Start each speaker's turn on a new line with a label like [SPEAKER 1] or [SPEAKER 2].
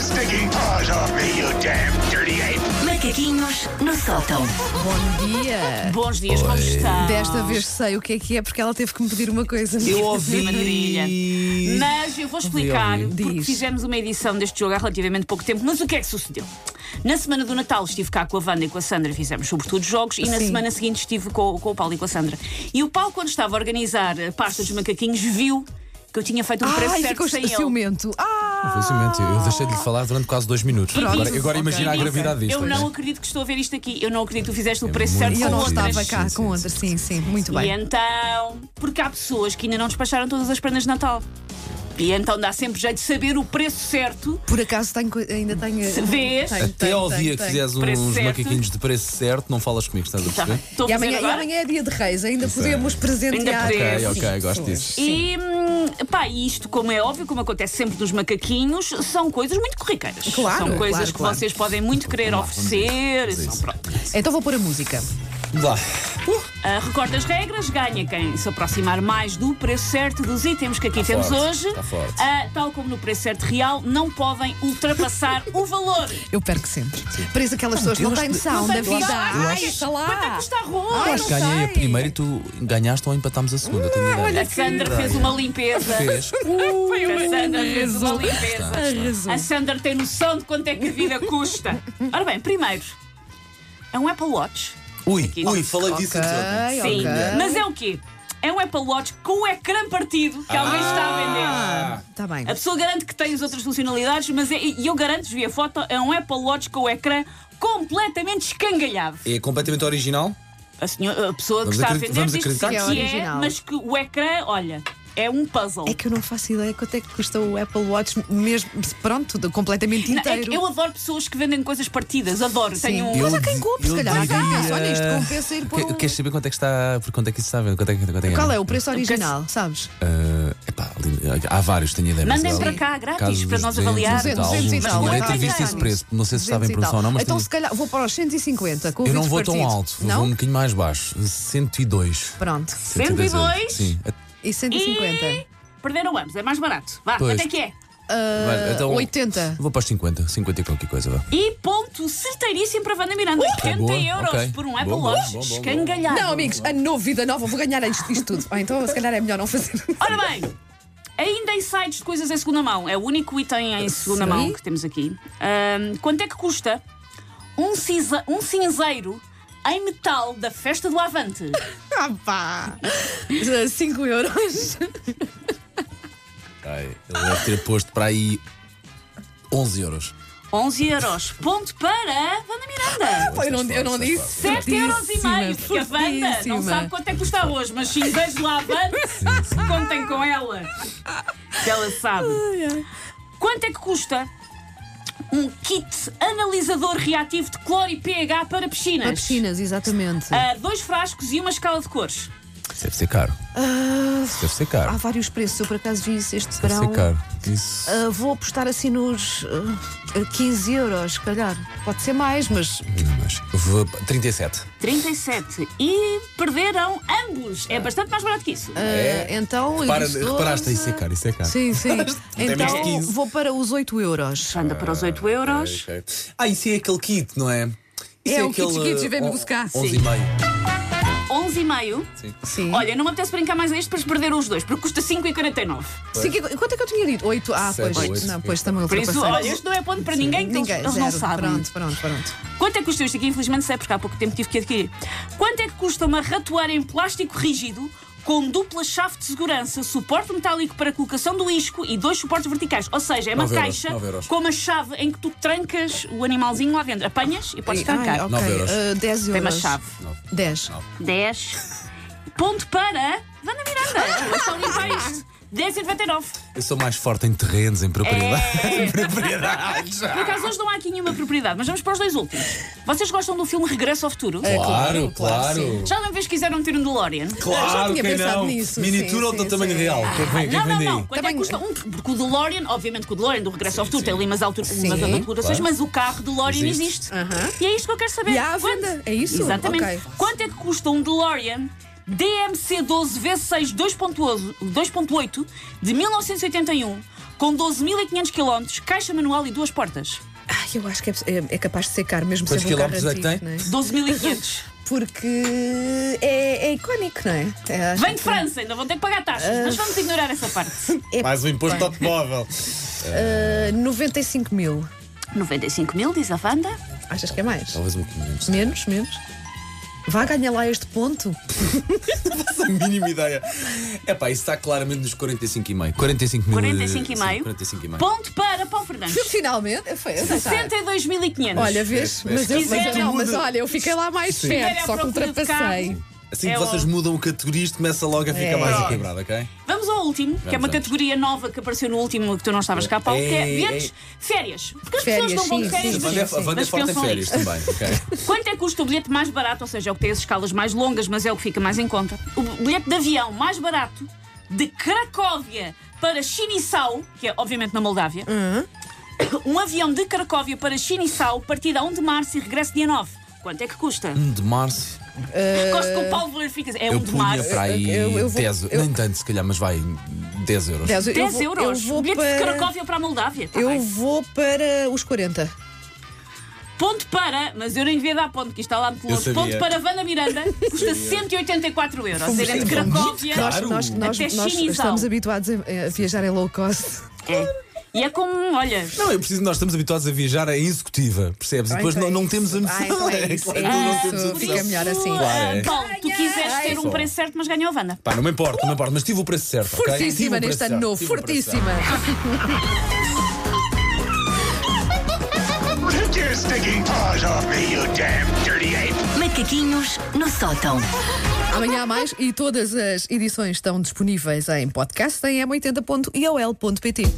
[SPEAKER 1] stinking paws off me, you damn dirty ape!
[SPEAKER 2] Macaquinhos no sótão.
[SPEAKER 3] Bom dia!
[SPEAKER 4] Bons dias, como está?
[SPEAKER 3] Desta vez sei o que é que é, porque ela teve que me pedir uma coisa.
[SPEAKER 5] Eu
[SPEAKER 4] Madrilha.
[SPEAKER 5] ouvi.
[SPEAKER 4] Mas eu vou explicar,
[SPEAKER 3] Ouvi, ouvi.
[SPEAKER 4] porque
[SPEAKER 3] Diz.
[SPEAKER 4] fizemos uma edição deste jogo há relativamente pouco tempo, mas o que é que sucedeu? Na semana do Natal estive cá com a Wanda e com a Sandra, fizemos sobretudo jogos, e na
[SPEAKER 3] Sim.
[SPEAKER 4] semana seguinte estive com, com o Paulo e com a Sandra. E o Paulo, quando estava a organizar a pasta dos macaquinhos, viu que eu tinha feito um preço
[SPEAKER 3] Ai,
[SPEAKER 4] certo
[SPEAKER 3] ficou
[SPEAKER 4] sem ele.
[SPEAKER 3] ciumento. Ah!
[SPEAKER 5] Felizmente, eu deixei de lhe falar durante quase dois minutos.
[SPEAKER 4] E
[SPEAKER 5] Agora,
[SPEAKER 4] disse-
[SPEAKER 5] agora imagina a
[SPEAKER 4] e disse,
[SPEAKER 5] gravidade disto.
[SPEAKER 4] Eu
[SPEAKER 5] ok?
[SPEAKER 4] não acredito que estou a ver isto aqui. Eu não acredito que tu fizeste o
[SPEAKER 5] É
[SPEAKER 4] preço certo
[SPEAKER 5] muito
[SPEAKER 3] E eu
[SPEAKER 4] com
[SPEAKER 3] não
[SPEAKER 5] Sim,
[SPEAKER 3] estava
[SPEAKER 4] outras.
[SPEAKER 5] sim,
[SPEAKER 3] cá
[SPEAKER 5] sim,
[SPEAKER 3] com outras. Sim, sim, muito
[SPEAKER 4] E
[SPEAKER 3] bem.
[SPEAKER 4] então, porque há pessoas que ainda não despacharam todas as prendas de Natal. E então dá sempre jeito de saber o preço certo.
[SPEAKER 3] Por acaso tenho, co- ainda tenho.
[SPEAKER 4] Se vês,
[SPEAKER 3] tenho,
[SPEAKER 5] Até
[SPEAKER 3] tenho,
[SPEAKER 5] ao
[SPEAKER 3] tenho,
[SPEAKER 5] dia que
[SPEAKER 3] tenho.
[SPEAKER 5] fizeres
[SPEAKER 4] Preço
[SPEAKER 5] uns
[SPEAKER 4] certo.
[SPEAKER 5] macaquinhos de preço certo, não falas comigo, estás a
[SPEAKER 4] Tá,
[SPEAKER 5] perceber?
[SPEAKER 4] estou a
[SPEAKER 3] E
[SPEAKER 4] fazer
[SPEAKER 3] amanhã, e
[SPEAKER 4] agora.
[SPEAKER 3] amanhã é dia de reis, ainda podemos
[SPEAKER 4] Ainda
[SPEAKER 3] presentear.
[SPEAKER 4] podemos.
[SPEAKER 5] Ok, ok, gosto
[SPEAKER 3] pessoas.
[SPEAKER 5] disso.
[SPEAKER 4] E, hum, pá, isto, como é óbvio, como acontece sempre nos macaquinhos, são coisas muito corriqueiras.
[SPEAKER 3] Claro,
[SPEAKER 4] são coisas
[SPEAKER 3] claro,
[SPEAKER 4] que
[SPEAKER 3] claro.
[SPEAKER 4] vocês podem muito querer
[SPEAKER 5] Vamos lá, vamos
[SPEAKER 4] oferecer.
[SPEAKER 5] isso, vamos
[SPEAKER 4] São,
[SPEAKER 5] isso.
[SPEAKER 4] pronto.
[SPEAKER 3] Então vou pôr a música.
[SPEAKER 5] Vamos lá.
[SPEAKER 4] Ah, recorda as regras, ganha quem se aproximar mais do preço certo dos itens que aqui temos
[SPEAKER 5] forte,
[SPEAKER 4] hoje.
[SPEAKER 5] tá forte.
[SPEAKER 4] Ah, tal como no preço certo real, não podem ultrapassar o valor.
[SPEAKER 3] Eu perco sempre. Por isso aquelas pessoas que não
[SPEAKER 5] Deus,
[SPEAKER 3] têm
[SPEAKER 5] não
[SPEAKER 3] noção da
[SPEAKER 4] tem
[SPEAKER 3] vida.
[SPEAKER 4] noção. Eu
[SPEAKER 3] Ai,
[SPEAKER 4] acho-
[SPEAKER 3] está lá.
[SPEAKER 4] Quanto é que custa arroz?
[SPEAKER 3] Ai,
[SPEAKER 5] Eu
[SPEAKER 3] não
[SPEAKER 5] acho que ganhei a
[SPEAKER 3] sei.
[SPEAKER 5] primeira e tu ganhaste ou empatámos a segunda. tenho ideia.
[SPEAKER 4] A Sandra fez uma limpeza.
[SPEAKER 5] Fez.
[SPEAKER 4] a Sandra fez uma
[SPEAKER 3] arrasou.
[SPEAKER 4] limpeza.
[SPEAKER 3] Arrasou.
[SPEAKER 4] A Sandra tem noção de quanto é que a vida custa. Ora bem, primeiro, é um Apple Watch.
[SPEAKER 5] Ui,
[SPEAKER 4] Aqui.
[SPEAKER 5] ui, falei disso
[SPEAKER 3] Ok,
[SPEAKER 5] antes ontem.
[SPEAKER 3] ok.
[SPEAKER 4] Ah, Sim. Mas é o quê? É um Apple Watch com o ecrã partido que alguém
[SPEAKER 5] Ah.
[SPEAKER 4] está a vender.
[SPEAKER 3] Está Ah, tá bem.
[SPEAKER 4] A pessoa garante que tem as outras funcionalidades, mas é- e eu garanto, vi a foto, é um Apple Watch com o ecrã completamente escangalhado.
[SPEAKER 5] É completamente original?
[SPEAKER 4] A, senhora- a pessoa que
[SPEAKER 5] Vamos
[SPEAKER 4] está a
[SPEAKER 5] acredi-
[SPEAKER 4] vender
[SPEAKER 5] vamos
[SPEAKER 4] diz que
[SPEAKER 5] acreditar
[SPEAKER 4] sim,
[SPEAKER 3] que
[SPEAKER 4] que
[SPEAKER 3] é
[SPEAKER 4] é,
[SPEAKER 3] original.
[SPEAKER 4] mas que o ecrã, olha, é um puzzle.
[SPEAKER 3] É que eu não faço ideia quanto é que custa o Apple Watch, mesmo pronto, de- completamente
[SPEAKER 4] Não, é que
[SPEAKER 3] inteiro.
[SPEAKER 4] eu adoro pessoas que vendem coisas partidas, adoro.
[SPEAKER 3] Sim.
[SPEAKER 4] Tenho um
[SPEAKER 3] Mas
[SPEAKER 5] Eu
[SPEAKER 3] há quem
[SPEAKER 5] di-
[SPEAKER 3] compre, se
[SPEAKER 5] eu
[SPEAKER 3] calhar. Há quem
[SPEAKER 5] diria-
[SPEAKER 3] pense, olha, isto compensa ir pôr
[SPEAKER 5] Que-
[SPEAKER 3] um-
[SPEAKER 5] Queres saber quanto é que está, por quanto é que isso está a vender? Quanto é que, quanto é que
[SPEAKER 3] Qual é o preço original, sabes?
[SPEAKER 5] Ah, epá, ali- há vários, tenho ideia. mas
[SPEAKER 4] Mandem
[SPEAKER 5] há
[SPEAKER 4] para
[SPEAKER 5] ali
[SPEAKER 4] cá,
[SPEAKER 3] Ah,
[SPEAKER 4] grátis,
[SPEAKER 5] casos
[SPEAKER 4] para nós
[SPEAKER 5] 200
[SPEAKER 4] avaliar.
[SPEAKER 5] e tal,
[SPEAKER 3] 200 e tal,
[SPEAKER 5] alguns que
[SPEAKER 3] tá
[SPEAKER 5] Eu nem tive visto
[SPEAKER 3] bem.
[SPEAKER 5] esse preço, não sei se está
[SPEAKER 3] 200
[SPEAKER 5] bem
[SPEAKER 3] e
[SPEAKER 5] produção
[SPEAKER 3] tal.
[SPEAKER 5] ou não, mas
[SPEAKER 3] Então,
[SPEAKER 5] tenho-
[SPEAKER 3] se calhar, vou para os 150. Com o
[SPEAKER 5] eu não
[SPEAKER 3] 20
[SPEAKER 5] vou tão
[SPEAKER 3] partidos.
[SPEAKER 5] alto, vou um
[SPEAKER 3] Não?
[SPEAKER 5] bocadinho mais baixo. 102.
[SPEAKER 3] Pronto.
[SPEAKER 4] 102?
[SPEAKER 5] euros. Sim.
[SPEAKER 3] E 150?
[SPEAKER 4] E perderam ambos, é mais barato. Vá,
[SPEAKER 5] Pois.
[SPEAKER 4] quanto é que é?
[SPEAKER 3] Ah,
[SPEAKER 5] Vai, então-
[SPEAKER 3] 80.
[SPEAKER 5] Vou para os 50, 50 e qualquer coisa. Vá.
[SPEAKER 4] E ponto certeiríssimo para a Wanda Miranda. 80
[SPEAKER 5] Uh! É boa,
[SPEAKER 4] euros
[SPEAKER 5] ok.
[SPEAKER 4] por um Apple
[SPEAKER 5] Bom, bom,
[SPEAKER 4] Watch
[SPEAKER 5] bom, bom, bom.
[SPEAKER 4] escangalhado.
[SPEAKER 3] Não, amigos, a novo vida nova, vou ganhar isto, isto tudo. Ah, então, se calhar, é melhor não fazer.
[SPEAKER 4] Ora bem, ainda em sites de coisas em segunda mão, é o único item
[SPEAKER 5] Eh,
[SPEAKER 4] em segunda
[SPEAKER 3] Sim.
[SPEAKER 4] mão que temos aqui. Ahm, quanto é que custa um, cinza- um cinzeiro em metal da festa do Avante?
[SPEAKER 3] Ah, pá! 5 euros.
[SPEAKER 5] Ai, ele deve ter posto para aí 11 euros.
[SPEAKER 4] 11 euros. Ponto para Wanda
[SPEAKER 5] Ah,
[SPEAKER 4] Miranda.
[SPEAKER 3] Pô, eu não, eu não disse.
[SPEAKER 4] 7 euros e meio, porque a Wanda não
[SPEAKER 3] Fortíssima.
[SPEAKER 4] sabe quanto é que custa hoje, mas sim, vejo lá a Wanda, contem com ela, que ela sabe. Quanto é que custa um kit analisador reativo de cloro e pH para piscinas?
[SPEAKER 3] Para piscinas, exatamente.
[SPEAKER 4] Ah, dois frascos e uma escala de cores.
[SPEAKER 5] Deve ser caro.
[SPEAKER 3] Ah,
[SPEAKER 5] Deve ser
[SPEAKER 3] há
[SPEAKER 5] caro.
[SPEAKER 3] vários preços, eu por acaso vi isso este
[SPEAKER 5] Deve
[SPEAKER 3] verão.
[SPEAKER 5] ser caro. Isso.
[SPEAKER 3] Ah, vou apostar assim nos ah, 15 euros, se calhar. Pode ser mais, mas
[SPEAKER 5] Não, mas eu vou para 37.
[SPEAKER 4] 37. E perderam ambos. É bastante mais barato que isso.
[SPEAKER 3] ah, então.
[SPEAKER 5] Para,
[SPEAKER 3] os
[SPEAKER 5] É? reparaste,
[SPEAKER 3] 12.
[SPEAKER 5] isso é caro, isso é caro.
[SPEAKER 3] Sim, sim.
[SPEAKER 5] menos de
[SPEAKER 3] então
[SPEAKER 5] 15.
[SPEAKER 3] vou para os 8 euros.
[SPEAKER 4] Anda para os 8 euros.
[SPEAKER 5] Ok. Ah, isso é aquele kit, não é? Isso
[SPEAKER 3] É o kit que eles vêm buscar, sim.
[SPEAKER 5] 11 e meio.
[SPEAKER 4] 11,5.
[SPEAKER 3] Sim.
[SPEAKER 4] Olha, não me apetece brincar mais neste, mas perderam os dois, porque custa 5,49.
[SPEAKER 3] Sim, que- quanto é que eu tinha dito? 8. Ah,
[SPEAKER 5] Sete,
[SPEAKER 3] pois.
[SPEAKER 5] oito.
[SPEAKER 3] Não, pois também
[SPEAKER 4] Por isso,
[SPEAKER 3] ultrapassei.
[SPEAKER 4] olha, este não é ponto para ninguém, que
[SPEAKER 3] Ninguém,
[SPEAKER 4] eles, eles não
[SPEAKER 3] zero.
[SPEAKER 4] sabem.
[SPEAKER 3] Pronto, pronto, pronto.
[SPEAKER 4] Quanto é que custa isto aqui? Infelizmente sei, porque há pouco tempo tive que adquirir. Quanto é que custa uma ratoeira em plástico rígido com dupla chave de segurança, suporte metálico para colocação do isco e dois suportes verticais? Ou seja, é uma
[SPEAKER 5] Nove euros,
[SPEAKER 4] caixa
[SPEAKER 5] nove euros.
[SPEAKER 4] com uma chave em que tu trancas o animalzinho lá dentro. Apanhas e
[SPEAKER 3] Ai,
[SPEAKER 4] podes trancar.
[SPEAKER 3] ok.
[SPEAKER 5] Nove euros.
[SPEAKER 3] ah, 10 euros.
[SPEAKER 4] Tem uma chave.
[SPEAKER 3] 10.
[SPEAKER 4] 10. Ponto para Vanda Miranda. Estão limpar isto. 10,99.
[SPEAKER 5] Eu sou mais forte em terrenos, em propriedade. em propriedades.
[SPEAKER 4] Por acaso hoje não há aqui nenhuma propriedade, mas vamos para os dois últimos. Vocês gostam do filme Regresso ao Futuro?
[SPEAKER 5] Claro,
[SPEAKER 3] claro, claro.
[SPEAKER 5] claro.
[SPEAKER 4] Já uma vez quiseram ter um DeLorean?
[SPEAKER 3] Eu já
[SPEAKER 5] Claro
[SPEAKER 3] tinha
[SPEAKER 5] que
[SPEAKER 3] pensado
[SPEAKER 5] não.
[SPEAKER 3] nisso, sim,
[SPEAKER 5] Miniatura ou do
[SPEAKER 3] sim,
[SPEAKER 5] tamanho
[SPEAKER 3] sim.
[SPEAKER 5] real? Quem vem, quem
[SPEAKER 4] Não, não,
[SPEAKER 5] vem
[SPEAKER 4] não.
[SPEAKER 5] daí?
[SPEAKER 4] Quanto é que
[SPEAKER 3] Também-
[SPEAKER 4] custa um? Porque o DeLorean, obviamente que o DeLorean do Regresso ao Futuro
[SPEAKER 5] sim.
[SPEAKER 4] tem ali umas, altura,
[SPEAKER 3] Sim.
[SPEAKER 4] umas alterações,
[SPEAKER 5] Claro.
[SPEAKER 4] mas o carro DeLorean existe.
[SPEAKER 3] Aham.
[SPEAKER 4] E é isto que eu quero saber.
[SPEAKER 3] E há à
[SPEAKER 4] Quanto-
[SPEAKER 3] venda, é isso?
[SPEAKER 4] Exatamente.
[SPEAKER 3] Ok.
[SPEAKER 4] Quanto é que custa um DeLorean DMC 12 V6 2.8 2.8 de 1981, com 12.500 km, caixa manual e duas portas.
[SPEAKER 3] Ai, eu acho que é, é- é capaz de ser caro, mesmo
[SPEAKER 5] Quantos
[SPEAKER 3] sendo um carro
[SPEAKER 5] quilómetros é que
[SPEAKER 3] antigo,
[SPEAKER 5] tem?
[SPEAKER 3] não é?
[SPEAKER 4] 12.500.
[SPEAKER 3] Porque é, é icónico, não é? é acho
[SPEAKER 4] Vem de
[SPEAKER 3] que-
[SPEAKER 4] França, ainda vão ter que pagar taxas, mas vamos ignorar essa parte.
[SPEAKER 3] É,
[SPEAKER 5] Mais um imposto de automóvel.
[SPEAKER 3] ah, 95 mil.
[SPEAKER 4] 95 mil, diz a Wanda.
[SPEAKER 3] Achas que é mais?
[SPEAKER 5] Talvez um bocadinho. menos.
[SPEAKER 3] Menos, menos. Vá ganhar lá este ponto.
[SPEAKER 5] Faço a mínima ideia. É pá, isso está claramente nos 45,5. 45 mil. eh,
[SPEAKER 4] 45,5.
[SPEAKER 5] sim, 45,5.
[SPEAKER 4] Ponto para Paulo Fernandes.
[SPEAKER 3] Finalmente, foi. eu já estava.
[SPEAKER 4] 62.500.
[SPEAKER 3] Olha, vês?
[SPEAKER 5] É, é,
[SPEAKER 3] Mas, eu,
[SPEAKER 4] quiser,
[SPEAKER 3] mas, não,
[SPEAKER 5] muda.
[SPEAKER 3] mas olha, eu fiquei lá mais
[SPEAKER 5] Sim.
[SPEAKER 4] Quiser à
[SPEAKER 3] perto, só que
[SPEAKER 4] procura de
[SPEAKER 3] ultrapassei.
[SPEAKER 4] carro.
[SPEAKER 5] Assim que
[SPEAKER 4] É
[SPEAKER 5] vocês
[SPEAKER 4] logo.
[SPEAKER 5] mudam categorias, começa logo a ficar
[SPEAKER 3] É.
[SPEAKER 5] mais equilibrado, ok?
[SPEAKER 4] Vamos ao último, que é uma
[SPEAKER 5] antes.
[SPEAKER 4] categoria nova que apareceu no último que tu não estavas cá, Paulo, que é
[SPEAKER 5] Ei,
[SPEAKER 4] bilhetes,
[SPEAKER 5] ei.
[SPEAKER 4] férias. Porque as
[SPEAKER 3] Férias,
[SPEAKER 4] pessoas não vão de
[SPEAKER 3] sim,
[SPEAKER 4] férias,
[SPEAKER 3] sim,
[SPEAKER 5] A
[SPEAKER 4] mas-
[SPEAKER 5] Wanda é- a Wanda é
[SPEAKER 4] mas
[SPEAKER 5] forte em
[SPEAKER 4] pensam
[SPEAKER 5] férias
[SPEAKER 4] nisso.
[SPEAKER 5] também, ok?
[SPEAKER 4] Quanto é que custa o bilhete mais barato, ou seja, é o que tem as escalas mais longas, mas é o que fica mais em conta? O bilhete de avião mais barato de Cracóvia para Chinissau, que é obviamente na Moldávia.
[SPEAKER 3] Hum.
[SPEAKER 4] Um avião de Cracóvia para Chinissau, partida a 1 de março e regresso dia 9. Quanto é que custa?
[SPEAKER 5] 1 de março,
[SPEAKER 4] Gosto que o Paulo verifica. É 1
[SPEAKER 5] eu
[SPEAKER 4] de
[SPEAKER 5] punha
[SPEAKER 4] março.
[SPEAKER 5] para aí
[SPEAKER 3] Eu- eu vou-
[SPEAKER 5] 10
[SPEAKER 3] eu-
[SPEAKER 5] Nem tanto, se calhar, mas vai 10 euros.
[SPEAKER 3] Aliás, eu
[SPEAKER 4] 10
[SPEAKER 3] vou-
[SPEAKER 4] euros.
[SPEAKER 3] Eu vou,
[SPEAKER 4] bilhete de
[SPEAKER 3] para,
[SPEAKER 4] Cracóvia para a Moldávia. Tá
[SPEAKER 3] eu
[SPEAKER 4] bem.
[SPEAKER 3] vou para os 40.
[SPEAKER 4] Ponto para, mas eu nem devia dar ponto, que isto está lá muito
[SPEAKER 5] Eu
[SPEAKER 4] longe.
[SPEAKER 5] sabia.
[SPEAKER 4] Ponto para Vanda Miranda, custa 184 euros. Ele é de Cracóvia.
[SPEAKER 5] Claro.
[SPEAKER 3] Nós, nós,
[SPEAKER 4] Até
[SPEAKER 3] nós
[SPEAKER 4] Chinizal.
[SPEAKER 3] estamos habituados a, a viajar em low cost.
[SPEAKER 4] É. E é como, olha,
[SPEAKER 5] Não, eu preciso, nós estamos habituados a viajar em executiva, percebes? E
[SPEAKER 3] Ah,
[SPEAKER 5] depois
[SPEAKER 3] então é
[SPEAKER 5] não, não
[SPEAKER 3] isso.
[SPEAKER 5] temos a noção.
[SPEAKER 3] Ah, então é isso,
[SPEAKER 5] claro
[SPEAKER 3] é
[SPEAKER 5] que não
[SPEAKER 3] isso.
[SPEAKER 5] temos a noção.
[SPEAKER 3] Fica melhor assim.
[SPEAKER 5] Claro, é.
[SPEAKER 4] ah, Paulo, tu quiseste ter um
[SPEAKER 5] Só.
[SPEAKER 4] preço certo, mas ganhou a Wanda.
[SPEAKER 5] Pá, não me importa, não me importa, mas tive o preço certo. ok? Tive o
[SPEAKER 3] Fortíssima
[SPEAKER 5] preço
[SPEAKER 3] neste ano
[SPEAKER 5] certo,
[SPEAKER 3] novo,
[SPEAKER 5] tive o preço certo.
[SPEAKER 3] fortíssima.
[SPEAKER 1] Take your stinking paws off me, you damn dirty ape!
[SPEAKER 2] Macaquinhos no sótão.
[SPEAKER 3] Amanhã há mais e todas as edições estão disponíveis em podcast em m80.iol.pt.